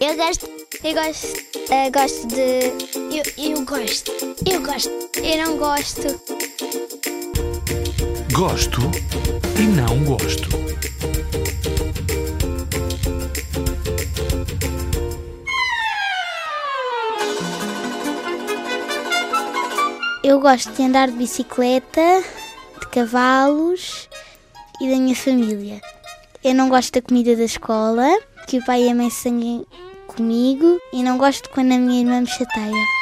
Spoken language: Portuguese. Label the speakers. Speaker 1: Eu gosto. Eu gosto. eh, gosto de. Eu, eu gosto. Eu gosto. Eu não gosto.
Speaker 2: Gosto e não gosto.
Speaker 1: Eu gosto de andar de bicicleta, de cavalos e da minha família. Eu não gosto da comida da escola, que o pai e a mãe sanguem comigo, e não gosto quando a minha irmã me chateia.